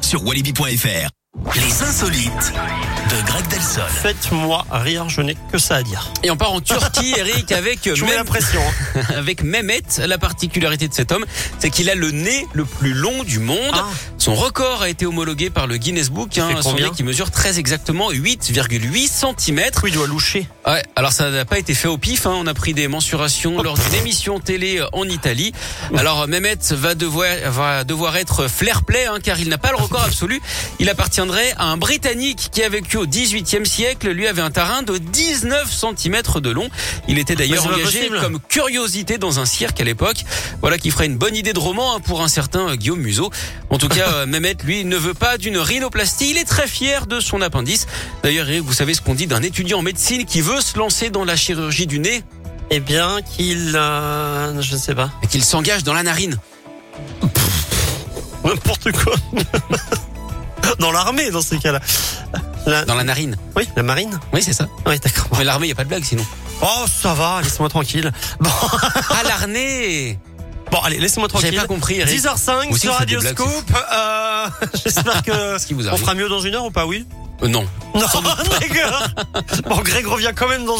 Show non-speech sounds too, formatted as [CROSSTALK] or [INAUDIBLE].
sur walibi.fr. Les insolites de Greg Delsol. Faites-moi rire, je n'ai que ça à dire. Et on part [LAUGHS] en Turquie, Eric, avec, Je mets la Mehmet, pression. hein. avec Mehmet. La particularité de cet homme, c'est qu'il a le nez le plus long du monde. Ah. Son record a été homologué par le Guinness Book, fait son combien nez qui mesure très exactement 8,8 cm. Oui, il doit [LAUGHS] loucher. Ouais, alors ça n'a pas été fait au pif, hein. on a pris des mensurations lors Oh. d'une émission télé en Italie. [LAUGHS] Alors Mehmet va devoir, va devoir être flair play hein, car il n'a pas le record absolu. Il appartiendrait à un Britannique qui a vécu au 18e siècle, lui avait un tarin de 19 cm de long. Il était d'ailleurs Mais c'est pas engagé possible. comme curiosité dans un cirque à l'époque. Voilà qui ferait une bonne idée de roman hein, pour un certain euh, Guillaume Museau. En [LAUGHS] tout cas, euh, Mehmet, lui, ne veut pas d'une rhinoplastie. Il est très fier de son appendice. D'ailleurs, Eric, vous savez ce qu'on dit d'un étudiant en médecine qui veut se lancer dans la chirurgie du nez Eh bien, qu'il. euh, je ne sais pas. et qu'il s'engage dans la narine. [LAUGHS] N'importe quoi. dans l'armée, dans ces cas-là. La- Dans la narine. Oui, la marine. Oui, c'est ça. Oui, d'accord. Mais l'armée, il n'y a pas de blague sinon. Oh, ça va, laissez-moi tranquille. [LAUGHS] Bon, Ah, l'arnée bon allez, laissez-moi J'avais tranquille. pas compris, Eric. 10h05 Vous aussi, sur vous faites des Radio blagues, Scoop. Euh, [LAUGHS] [LAUGHS] J'espère que Ce qui vous on arrive. fera mieux dans une heure ou pas, oui [LAUGHS] Euh, non. Non, d'accord. Bon, Greg revient quand même dans